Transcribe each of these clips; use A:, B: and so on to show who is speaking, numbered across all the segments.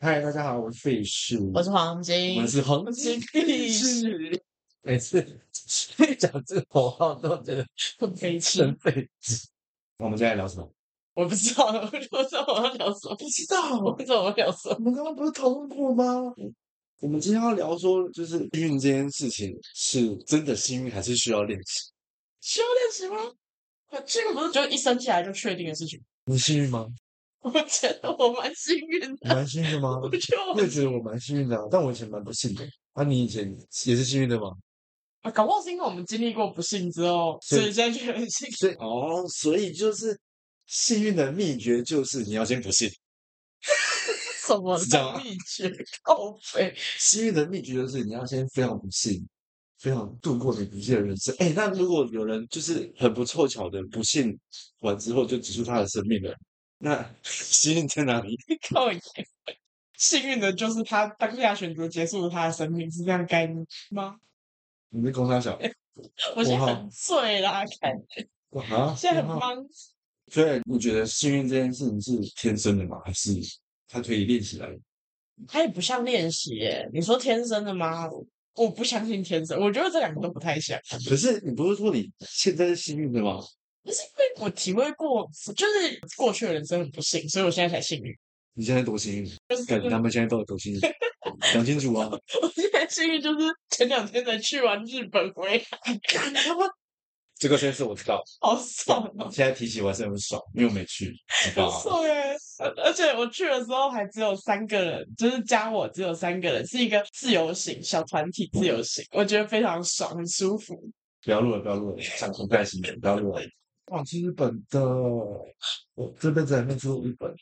A: 嗨，大家好，我是费士，
B: 我是黄
A: 我
B: 金
A: 们，是黄金费士。每次讲这个口号都觉得
B: 很悲情。
A: 真费劲。我们今天来聊什么？
B: 我不知道，我不知道我要聊什么，不知道，我不知道我要聊什么。
A: 我们刚刚不是讨论过吗？我们今天要聊说，就是幸运这件事情是真的幸运，还是需要练习？
B: 需要练习吗？我这个不是就一生下来就确定的事情？
A: 你幸运吗？
B: 我觉得我蛮幸运
A: 你
B: 的，
A: 蛮幸运的吗？
B: 我觉得我
A: 我也觉得我蛮幸运的、啊，但我以前蛮不幸的。啊，你以前也是幸运的吗？
B: 啊搞不好是因为我们经历过不幸之后，
A: 是
B: 所以现在觉得很幸运。
A: 所以哦，所以就是幸运的秘诀就是你要先不信。
B: 什么
A: 是这样吗
B: 秘诀？靠背，
A: 幸运的秘诀就是你要先非常不幸，非常度过你不幸的人生。哎，那如果有人就是很不凑巧的不幸完之后就结束他的生命了，那 幸运在哪里？
B: 靠背。幸运的就是他当下选择结束了他的生命，是这样概念吗？
A: 你是工商小
B: 哎我现在
A: 哇
B: 很醉啦，看
A: 哇啊？
B: 现在很
A: 哇
B: 忙。
A: 所以你觉得幸运这件事情是天生的吗？还是他可以练起来？
B: 它也不像练习耶。你说天生的吗？我不相信天生，我觉得这两个都不太像。
A: 可是你不是说你现在是幸运的吗？
B: 那是因为我体会过，就是过去的人生很不幸，所以我现在才幸运。
A: 你现在多幸运？
B: 就是
A: 感觉他们现在都有多 幸运？讲清楚啊！
B: 我现在幸运，就是前两天才去完日本回来，
A: 干他妈！这个真是我知道，
B: 好爽哦，
A: 现在提起我还是很爽，因为我没去，你知道
B: 好
A: 吗？
B: 爽耶！而而且我去的时候还只有三个人，就是加我只有三个人，是一个自由行小团体自由行，我觉得非常爽，很舒服。
A: 不要录了，不要录了，想不开心，不要录了。哇，哦去日本的，我这辈子还没去过日本。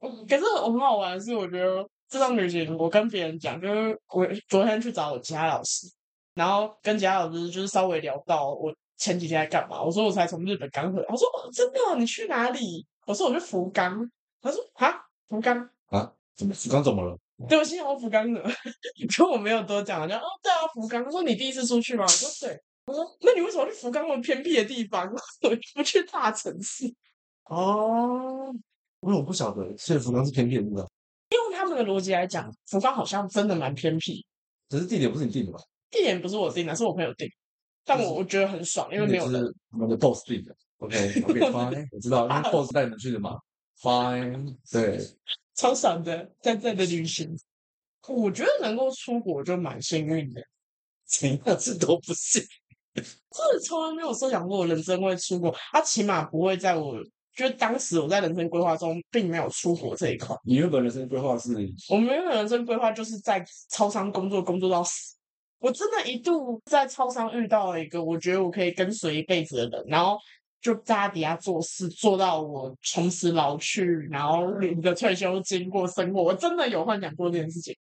B: 嗯，可是很好玩的是，我觉得这趟旅行，我跟别人讲，就是我昨天去找我其他老师，然后跟其他老师就是稍微聊到我前几天在干嘛，我说我才从日本刚回来，我说哦，真的哦、你去哪里？我说我去福冈，他说啊，福冈，
A: 啊怎么？刚怎么了？
B: 对，我心想我福冈的， 可我没有多讲，我就哦，对啊，福冈。他说你第一次出去吗？我说对。我说那你为什么要去福冈那么偏僻的地方？ 我不去大城市，
A: 哦，因为我不晓得，所以福冈是偏僻的地方，
B: 用他们的逻辑来讲，福冈好像真的蛮偏僻。
A: 只是地点不是你定的吧？
B: 地点不是我定的，是我朋友定的，但我我觉得很爽，因为没有
A: 就
B: 人。
A: 是我们的 boss 定的。OK，OK，fine，、我 知道，因为 boss 带你们去的嘛。Fine，对，
B: 超爽的，在这的旅行，我觉得能够出国就蛮幸 运的。
A: 怎样是都不信。
B: 真的从来没有设想过我人生会出国，他起码不会在我，就是当时我在人生规划中并没有出国这一块。
A: 你原本人生规划是，
B: 我们原本人生规划就是在超商工作，工作到死。我真的一度在超商遇到了一个我觉得我可以跟随一辈子的人，然后就在他底下做事，做到我从此老去，然后领着退休金过生活。我真的有幻想过这件事情。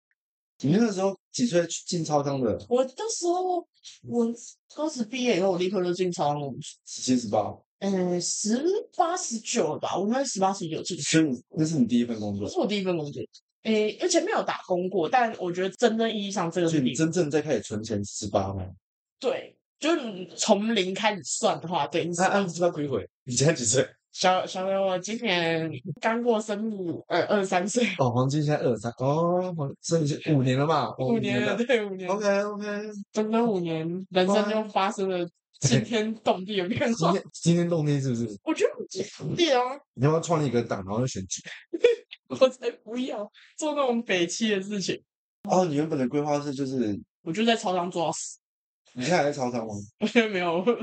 A: 你那个时候几岁去进超商的？
B: 我那时候我当时毕业以后，我立刻就进超商工作，
A: 十七十八，
B: 呃，十八十九吧，我应该十八十九进去。
A: 所以那是你第一份工
B: 这
A: 作，
B: 是我第一份工作，诶，而且没有打工过，但我觉得真正意义上这个
A: 所
B: 是
A: 以
B: 第一
A: 你真正在开始存钱十八吗？
B: 对，就是你从零开始算的话，对，你是
A: 那按十八归回，你现在几岁？
B: 小小刘，我今年刚过生日，呃，二三岁，
A: 哦，黄金现在二三哦，黄所以你是五年了嘛？哦
B: 五年了，
A: 了。
B: 对，五年，
A: OK OK，
B: 整整五年，人生就发生了惊天动地的变
A: 今
B: 化。
A: 天今天动力是不是？
B: 我觉得我经历啊，
A: 你要不要创立一个党，然后就选举？
B: 我才不要做那种北气的事情，
A: 哦，你原本的规划是就是
B: 我就在操场做到死。
A: 你现在还在超商吗？
B: 我觉得没有，我我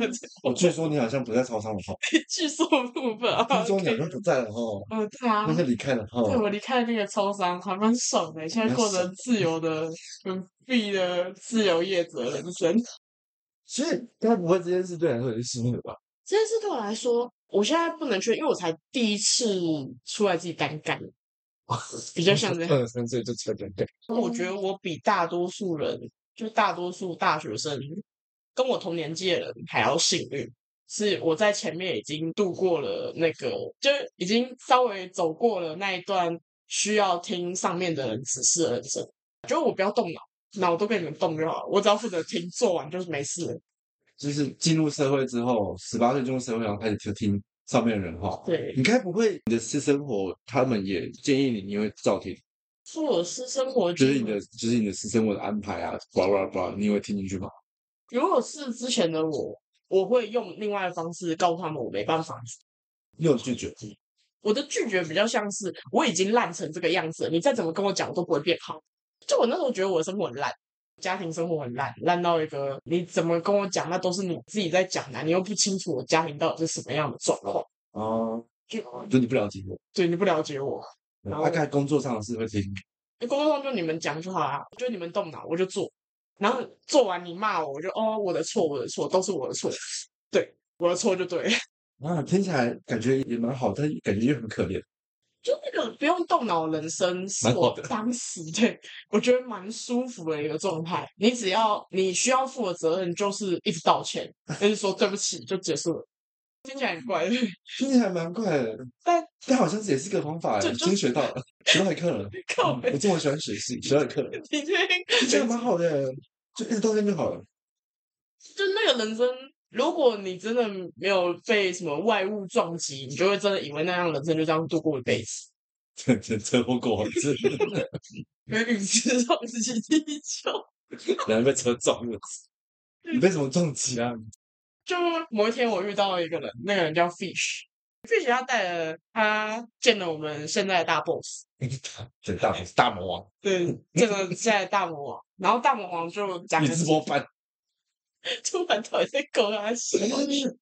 A: 我据说你好像不在超商了 哈，
B: 据说部分啊，
A: 听说你好
B: OK
A: 像不在了哈，
B: 嗯，对啊
A: 那，是哦离开了哈。
B: 对我离开那个超商还蛮爽 的，现在
A: 蛮
B: 过着
A: 爽
B: 自由的、很必的自由业者人生。
A: 所以该不会这件事对你来说也是幸运的吧？
B: 这件事对我来说，我现在不能确定，因为我才第一次出来自己单干， 比较像这样。
A: 二三岁就出来对，
B: 我
A: 哦
B: 觉得我比大多数人，就大多数大学生跟我同年纪的人还要幸运，是我在前面已经度过了那个，就是已经稍微走过了那一段需要听上面的人指示的人生。就我不要动脑，脑都被你们动就好了，我只要负责听，做完就是没事了。
A: 就是进入社会之后，十八岁进入社会，然后开始就听上面的人话。
B: 对，
A: 你该不会你的私生活，他们也建议你，你会照听？
B: 硕士生活
A: 就是
B: 经
A: 你的，就是你的私生活的安排啊，叭叭叭，你也会听进去吗？
B: 如果是之前的我，我会用另外的方式告诉他们我没办法。
A: 你有拒绝？
B: 我的拒绝比较像是我已经烂成这个样子了，你再怎么跟我讲，我都不会变好。就我那时候觉得我的生活很烂，家庭生活很烂，烂到一个你怎么跟我讲，那都是你自己在讲的，你又不清楚我家庭到底是什么样的状况，
A: 哦，
B: 就
A: 就你不了解我。
B: 对你不了解我。然后
A: 大概工作上的事会听，
B: 欸工作上就你们讲就好啊，就你们动脑，我就做。然后做完你骂我，我就哦，我的错，我的错，都是我的错，对，我的错就对了。
A: 啊，听起来感觉也蛮好，但感觉又很可怜。
B: 就那个不用动脑人生，是
A: 蛮好
B: 我
A: 的
B: 当时对我觉得蛮舒服的一个状态。你只要你需要负的责任就是一直道歉，就是说对不起就结束了，听起来很怪，
A: 听起来蛮怪的，
B: 但
A: 但好像是也是个方法
B: 就
A: 欸，
B: 就
A: 新学到了，学到一课了。
B: 靠
A: 嗯
B: 北
A: 我这么喜欢学习，学到一 课了，
B: 你这
A: 听起来蛮好的欸，就一直到那就好了。
B: 就那个人生，如果你真的没有被什么外物撞击，你就会真的以为那样人生就这样度过一辈子。
A: 这这车祸过，真的，
B: 因为陨石撞击地球，
A: 然后被车撞 了。你被什么撞击 啊？
B: 就某一天我遇到了一个人，那个人叫 Fish。Fish 他带了他见了我们现在的大 boss，
A: 这 大魔大魔王，
B: 对，见了现在的大魔王。然后大魔王就讲
A: 宇
B: 了
A: 智波 斑，
B: 突然到底在搞他事，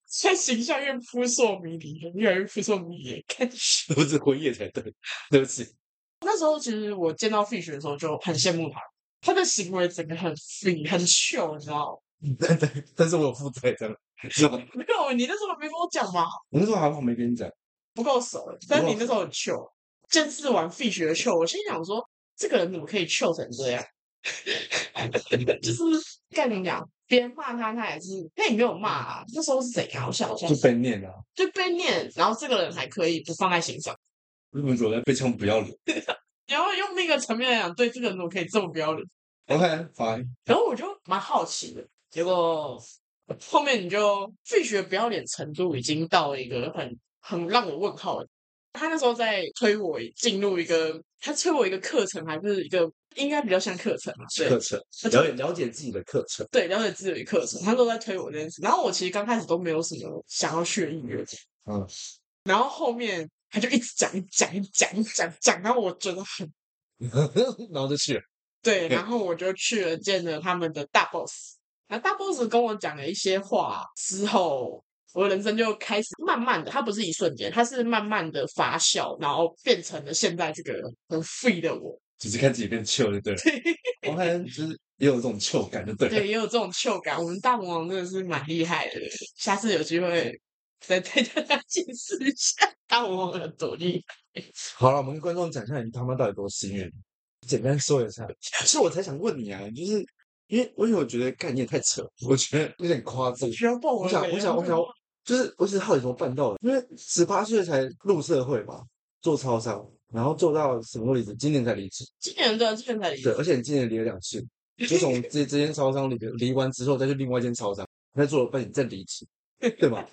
B: 现在形象越扑朔迷离了，越来越扑朔迷离了。看
A: 都是辉夜才对。对不起，
B: 那时候其实我见到 Fish 的时候就很羡慕他，他的行为整个很 free 很 chill，你知道吗？
A: 但但但是我有负债，这样是吧？
B: 没有，你那时候没跟我讲嘛，
A: 我那时候好像没跟你讲，
B: 不够熟，但你那时候很 chill。见识完 Fish 的 chill，我心想说，这个人怎么可以 chill 成这样？
A: 哎
B: 就是该怎么讲，别人骂他，他也是，他也没有骂啊。那时候是谁啊？我想一下
A: 就，被念啊。
B: 就被念，然后这个人还可以不放在心上，
A: 日本左在被呛不要脸。
B: 然后用那个层面来讲，对这个人怎么可以这么不要脸？
A: OK，fine，
B: 然后我就蛮好奇的，结果后面你就费学不要脸程度已经到了一个很很让我问号了。他那时候在推我进入一个，他推我一个课程，还是一个应该比较像课程嘛？对
A: 课程了解了解自己的课程，
B: 对，了解自己课程，他都在推我这件事。然后我其实刚开始都没有什么想要学音乐，
A: 嗯，
B: 然后后面他就一直讲，一直讲，一直讲，一直讲，讲到我觉得很
A: 然后就去了。
B: 对，
A: 对
B: 然后我就去了见了他们的大 boss。那大 boss 跟我讲了一些话之后，我的人生就开始慢慢的，它不是一瞬间，它是慢慢的发酵，然后变成了现在这个很 free 的我。
A: 只是看自己变臭就对了。我好像就是也有这种臭感就对了。
B: 对，也有这种嗅感。我们大魔王真的是蛮厉害的，下次有机会再带大家解释一下大魔王有多厉害。
A: 好了，我们跟观众讲一下你他妈到底多幸运，简单说一下。 其实我才想问你啊，就是因为我有觉得概念太扯， 我觉得有点夸张。
B: 需要爆
A: 我想，我想，我想，就是我只是好奇怎么办到的，因为十八岁才入社会嘛，做超商，然后做到什么时候离职？今年才离职，
B: 今年对，今年才离
A: 对，
B: 职，
A: 而且你今年离了两 次，就从这这间超商里边离完之后，再去另外一间超商，再做了半年再离职，对吗？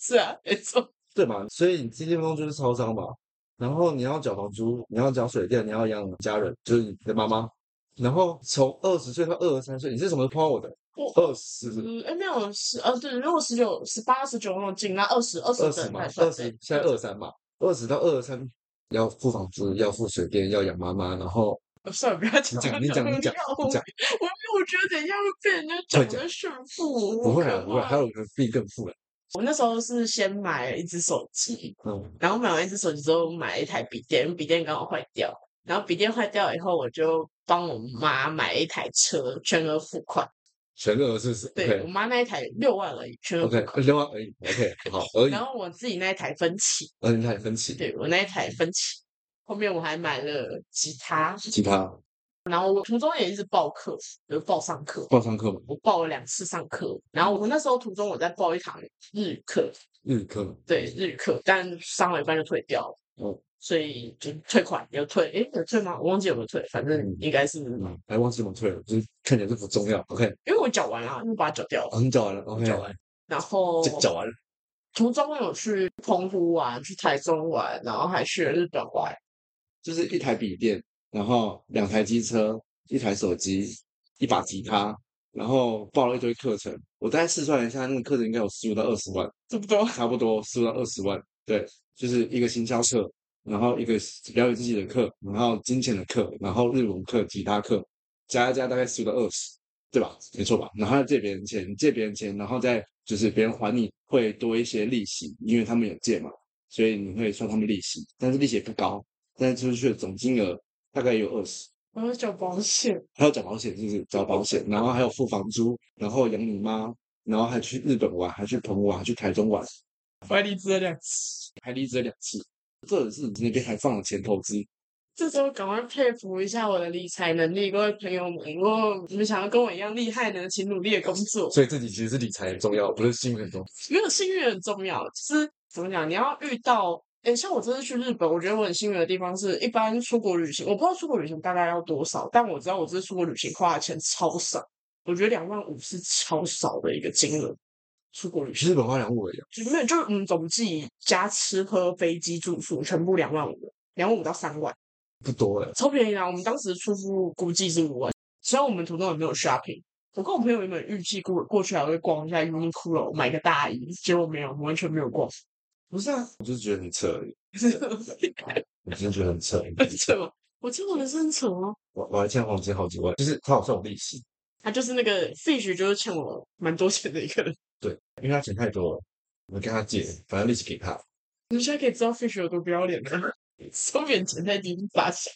B: 是啊，没错，
A: 对嘛？所以你这些工作就是超商嘛，然后你要缴房租，你要缴水电，你要养家人，就是你的妈妈。然后从二十岁到二十三岁，你是什么时候碰到我的？
B: 我
A: 二十、
B: 嗯，哎，没有十，呃，对，如果十九、十八、十九那种进，那二十、二
A: 二
B: 十
A: 十
B: 等
A: 嘛，
B: 才
A: 二
B: 算
A: 十
B: 对
A: 现在二三嘛，二十到二三要付房租，要付水电，要养妈妈，然后
B: 呃算了，不要讲这个，
A: 你讲你讲
B: 不要
A: 你讲
B: 我我觉得等一下会被人家
A: 会
B: 讲
A: 讲
B: 的炫富，
A: 不会
B: 可
A: 啊，不会啊，
B: 怕
A: 还有个必更富了。
B: 我那时候是先买了一只手机，
A: 嗯，
B: 然后买完一只手机之后买了一台笔电，因为笔电刚好坏掉，然后笔电坏掉以后，我就帮我妈买了一台车，全额付款。
A: 全额是不是
B: 对我妈那一台六万而已，全额付款。
A: ？OK，OK，六万而已，OK，好，而已
B: 然，后我自己那一台分期，
A: 而且还分期，
B: 对我那一台分期，后面我还买了吉他，
A: 其他
B: 然后我途中也一直报课，就是报上课，
A: 报上课嘛，
B: 我报了两次上课，然后我那时候途中我在报一堂日语课，
A: 日课，
B: 对日语课，但上了一半就退掉了，
A: 哦，
B: 所以就退款有退，诶，有退吗？我忘记有没有退，反正
A: 嗯
B: 应该是，
A: 嗯，还忘记怎么退了，就是看起来是不重要，OK，
B: 因为我缴完了，因为我把它缴掉了，
A: 很缴完了，OK，
B: 缴完，然后
A: 这哦缴完了，
B: 途中有去澎湖玩，去台中玩，然后还去了日本玩，
A: 就是一台笔电，然后两台机车，一台手机，一把吉他，然后报了一堆课程。我大概试算了一下，那个课程应该有十五到二十万，
B: 这么多，
A: 差不多十五到二十万。对，就是一个行销课，然后一个了解自己的课，然后金钱的课，然后日文课、吉他课，加一加大概十五到二十，对吧？没错吧？然后再借别人钱，你借别人钱，然后再就是别人还你会多一些利息，因为他们有借嘛，所以你会算他们利息，但是利息也不高，但是出去的总金额大概也有二十。
B: 我要缴保险，
A: 还有缴保险，就是缴保险，然后还有付房租，然后养你妈，然后还去日本玩，还去澎湖玩，还去台中玩，
B: 我还离职了两次。
A: 还离职了两次。这也是你那边还放了钱投资，
B: 这时候赶快佩服一下我的理财能力，各位朋友们，如果你们想要跟我一样厉害呢，请努力的工作。
C: 所以自己其实是理财很重要，不是幸运很重要。
B: 没有幸运很重要，就是怎么讲，你要遇到。诶，像我这次去日本，我觉得我很幸运的地方是，一般出国旅行，我不知道出国旅行大概要多少，但我知道我这次出国旅行花的钱超少，我觉得两万五是超少的一个金额。出国旅行
C: 日本花两五而已啊，
B: 就没有，就嗯，总计加吃喝、飞机、住宿，全部两万五，两万五到三万，
C: 不多哎。
B: 超便宜啊！我们当时出入估计是五万，虽然我们途中也没有 shopping。我跟我朋友原本预计过过去还会逛一下 Uniqlo，买个大衣，结果没有，我们完全没有逛。不是啊，
A: 我就是觉得很扯而已， 我真的觉得很扯。
B: 扯吗？我记得我的是很扯吗？
A: 我我还欠黄金好几万，就是他有算我利息，
B: 他就是那个 Fish，就是欠我蛮多钱的一个人。
A: 因为他钱太多了，我跟他借，反正利息给他。
B: 你现在可以知道 Fish 有多不要脸了，收别人钱在第一发现。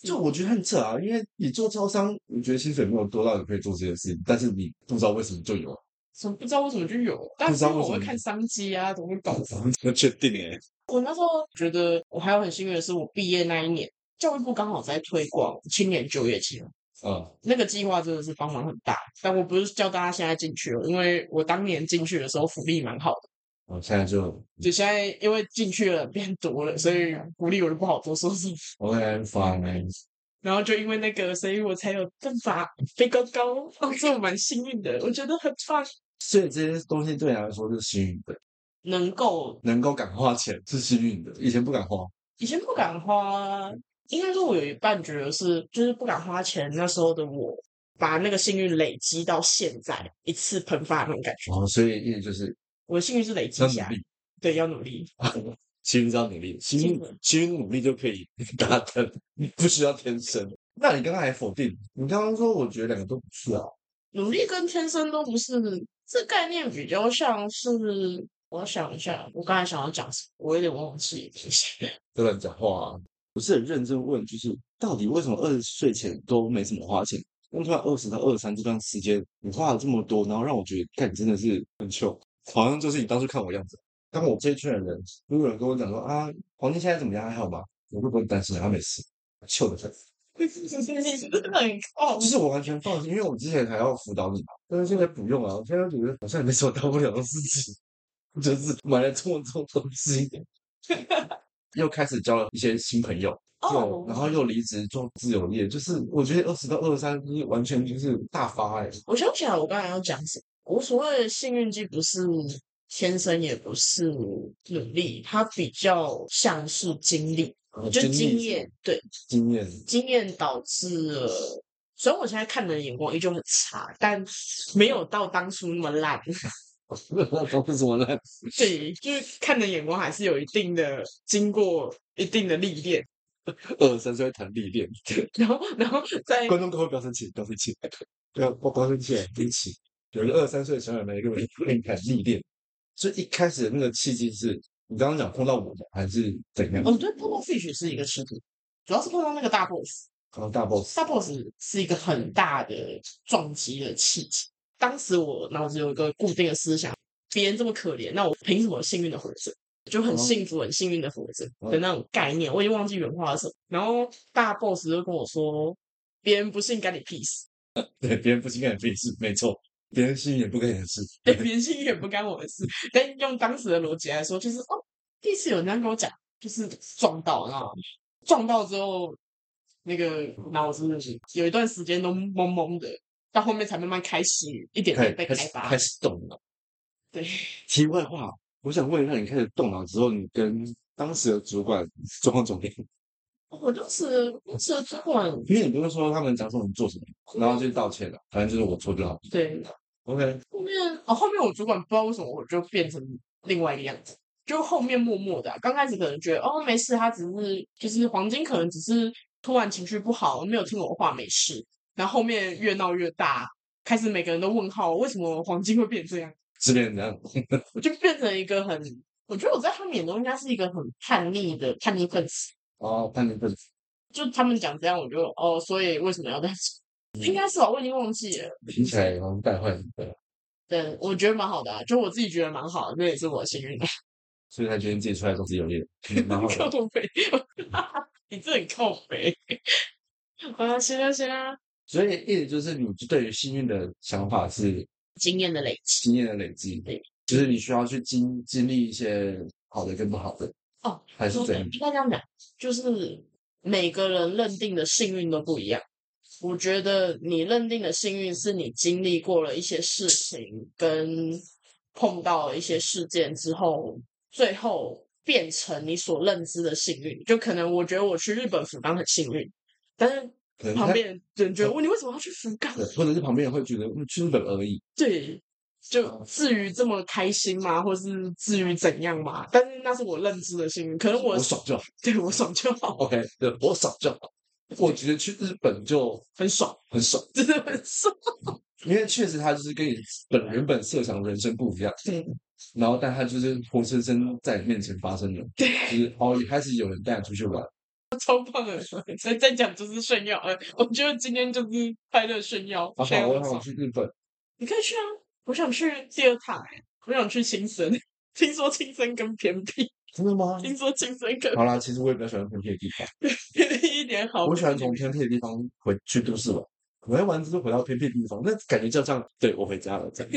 A: 就我觉得很扯啊，因为你做超商，你觉得薪水没有多到你可以做这件事情，但是你不知道为什么就有啊，
B: 什么不知道为什么就有，但
A: 不知
B: 是
A: 道
B: 因为
A: 为
B: 我
A: 什
B: 会
A: 么
B: 看商机啊，怎么会搞的。
A: 那确定哎、
B: 我那时候觉得我还有很幸运的是，我毕业那一年，教育部刚好在推广青年就业计划，
A: 啊、
B: 那个计划真的是帮忙很大。但我不是叫大家现在进去哦，因为我当年进去的时候福利蛮好的，
A: 我现在就
B: 就现在因为进去了变多了，所以福利我就不好多说什么。
A: OK fine，
B: 然后就因为那个，所以我才有办法飞高高，哦，这我蛮幸运的，我觉得很棒。
A: 所以这些东西对你来说是幸运的，
B: 能够
A: 能够敢花钱是幸运的，以前不敢花。
B: 以前不敢花，应该说我有一半觉得是就是不敢花钱。那时候的我，把那个幸运累积到现在一次喷发那种感觉。
A: 哦，所以意思就是
B: 我的幸运是累积
A: 要
B: 下
A: 努
B: 来，
A: 力，
B: 对，要努力。
A: 幸运是要努力，幸
B: 真
A: 运
B: 的
A: 幸运努力就可以 达成，不需要天生。那你刚刚还否定，你刚刚说我觉得两个都不是啊，
B: 努力跟天生都不是，这概念比较像是。我想一下，我刚才想要讲什么，我有点忘记。
A: 在乱讲话啊。不是很认真问，就是到底为什么二十岁前都没什么花钱？那突然二十到二十三这段时间，你花了这么多，然后让我觉得，看你真的是很穷，好像就是你当初看我样子。当我这一圈的人，如果有人跟我讲说啊，黄金现在怎么样，还好吗？我会不会担心他没事？糗的很。哦
B: 很靠
A: 就是我完全放心，因为我之前还要辅导你嘛，但是现在不用啊。我现在觉得好像也没什么大不了的事情， 就是买了这么多东西， 又开始交了一些新朋友，
B: 哦
A: 又然后又离职做自由业，就是我觉得二十到二十三就是完全就是大发哎、
B: 我想起来，我刚才要讲什么。我所谓的幸运既不是天生，也不是努力，它比较像是经历，
A: 欸，
B: 就经
A: 历
B: 验。对，
A: 经验
B: 经验导致了。虽然我现在看的眼光依旧很差，但没有到当初那么烂。
A: 都是什么呢？
B: 对，就是看的眼光还是有一定的，经过一定的历练，
A: 二十三岁谈历练，
B: 然后，然后再
A: 观众各位不要生气，不要生气，不要不要生气，对不起。有一个二三岁的小奶奶跟我一起谈历练，所以一开始的那个契机是你刚刚讲碰到我的还是怎样？
B: 哦，对，碰到 fish 是一个吃土，主要是碰到那个大 boss。
A: 然后大 boss，
B: s u b o s 是一个很大的撞击的契机。当时我脑子有一个固定的思想：别人这么可怜，那我凭什么幸运的活着？就很
A: 哦
B: 幸福、很幸运的活着
A: 哦
B: 的那种概念，我已经忘记原话是什么。然后大 boss 就跟我说：“别人不幸干你屁事，
A: 对别人不情感也是没错，别人心也不跟你的事。
B: 对，别人幸运也不干我的事。”但用当时的逻辑来说，就是哦，第一次有人这样跟我讲，就是撞到，然后撞到之后，那个脑子有一段时间都懵懵的，到后面才慢慢开始一点
A: 开
B: 点被
A: 开
B: 开
A: 始
B: 发
A: 开。始动了。
B: 对，
A: 题外话，我想问一下，你开始动脑之后，你跟当时的主管状况怎么样？
B: 我就是我是主管，
A: 因为你不会说他们讲说你做什么，然后就道歉了，反正就是我错就好。
B: 对，
A: OK，
B: 后面哦，后面我主管不知道为什么我就变成另外一个样子，就后面默默的啊、刚开始可能觉得哦没事，他只是就是黄金可能只是突然情绪不好，没有听我的话没事，然后后面越闹越大，开始每个人都问号，为什么黄金会变这样？
A: 这边这样，
B: 我就变成一个很，我觉得我在他们眼中应该是一个很叛逆的叛逆分子，
A: 哦，叛逆分子，
B: 就他们讲这样，我就哦，所以为什么要这样做？ 应该是吧，我已经忘记了。
A: 听起来好像带坏你的，
B: 对，我觉得蛮好的、啊，就我自己觉得蛮好的，那也是我的幸运。
A: 所以才决定自己出来做自由业，嗯蛮好的。
B: 靠背， 你这很靠 背。啊，行啊行啊，
A: 所以意思就是，你对于幸运的想法是
B: 经验的累积。
A: 经验的累积，
B: 对，
A: 就是你需要去经经历一些好的跟不好的，
B: 哦，
A: 还是
B: 说
A: 怎
B: 的
A: 样？
B: 应该这样讲，就是每个人认定的幸运都不一样。我觉得你认定的幸运是你经历过了一些事情，跟碰到了一些事件之后，最后变成你所认知的幸运。就可能我觉得我去日本福冈很幸运，但是
A: 可能
B: 旁
A: 他
B: 边的人觉得问你为什么要去福冈？
A: 对或者是旁边人会觉得嗯去日本而已，
B: 对，
A: 哦
B: 就至于这么开心吗？或是至于怎样吗？但是那是我认知的幸运，可能我
A: 我爽就好。
B: 对我爽就好，
A: OK，对我爽就好。我觉得去日本就
B: 很爽，
A: 很爽，
B: 真的很爽。
A: 因为确实他就是跟你本原本设想的人生不一样，
B: 对
A: 然后但他就是活生生在你面前发生的，
B: 对，
A: 就是哦一开始有人带你出去玩，
B: 超 棒的，所以再讲就是炫耀。呃，我觉得今天就是快乐炫耀，
A: 啊
B: 炫
A: 好，
B: 耀
A: 我
B: 很
A: 想
B: 爽
A: 去日本，
B: 你可以去啊，我想去第二趟、欸，我想去青森。 听说青森更偏僻，
A: 真的吗？
B: 听说青森更
A: 好啦，其实我也比较喜欢偏僻的地方。
B: 偏僻一点好。
A: 我喜欢从哦偏僻的地方回去都市玩，玩完之后回到偏僻的地方，那感觉就像对我回家了这样。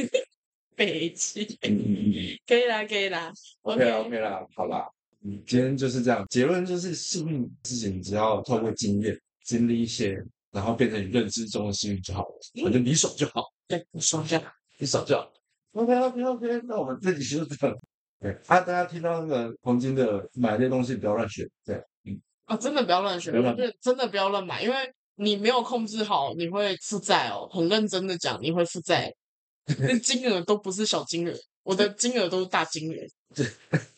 B: 北极，
A: 嗯 嗯嗯
B: 可以啦，可以啦。
A: ，OK 啦 OK 啦，好啦，嗯，今天就是这样，结论就是幸运的事情，只要透过经验经历一些，然后变成你认知中的幸运就好了，反正你爽就好，
B: 对，我爽就好。
A: 你爽就好。OK OK OK，那我们这集就这样。对啊，大家听到那个黄金的买这些东西不要乱选，对，嗯，
B: 啊，真的不要乱选，
A: 不要
B: 我
A: 乱
B: 觉得真的不要乱买，因为你没有控制好，你会负债哦。很认真的讲，你会负 债，那金额都不是小金额，我的金额都是大金额。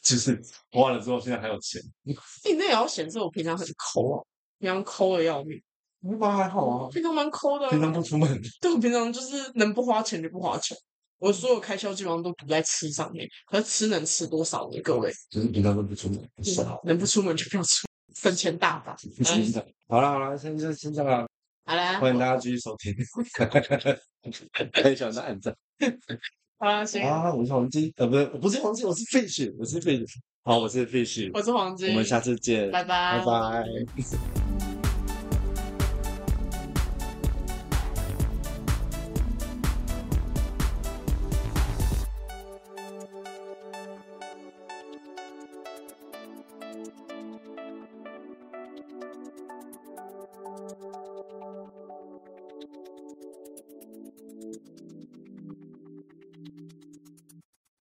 A: 就是花了之后现在还有钱，
B: 你那也要显示我平常很抠
A: 啊
B: 哦，平常抠的要命，
A: 一般还好啊，
B: 平常蛮抠的啊、
A: 平常不出门，
B: 对我平常就是能不花钱就不花钱，我所有开销基本上都不在吃上面，可是吃能吃多少呢？各位，
A: 就是平常都不出门，很爽。
B: 能不出门就不要出，省钱大法。
A: 嗯好了好了，先就先这样啦，
B: 好啦，
A: 欢迎大家继续收听， 可以小的按赞
B: 好啦，行，
A: 啊！我是黄金，呃，不是，我不是黄金，我是 fish，我是 fish。好，我是 fish，
B: 我是黄金，
A: 我们下次见，
B: 拜拜
A: 拜拜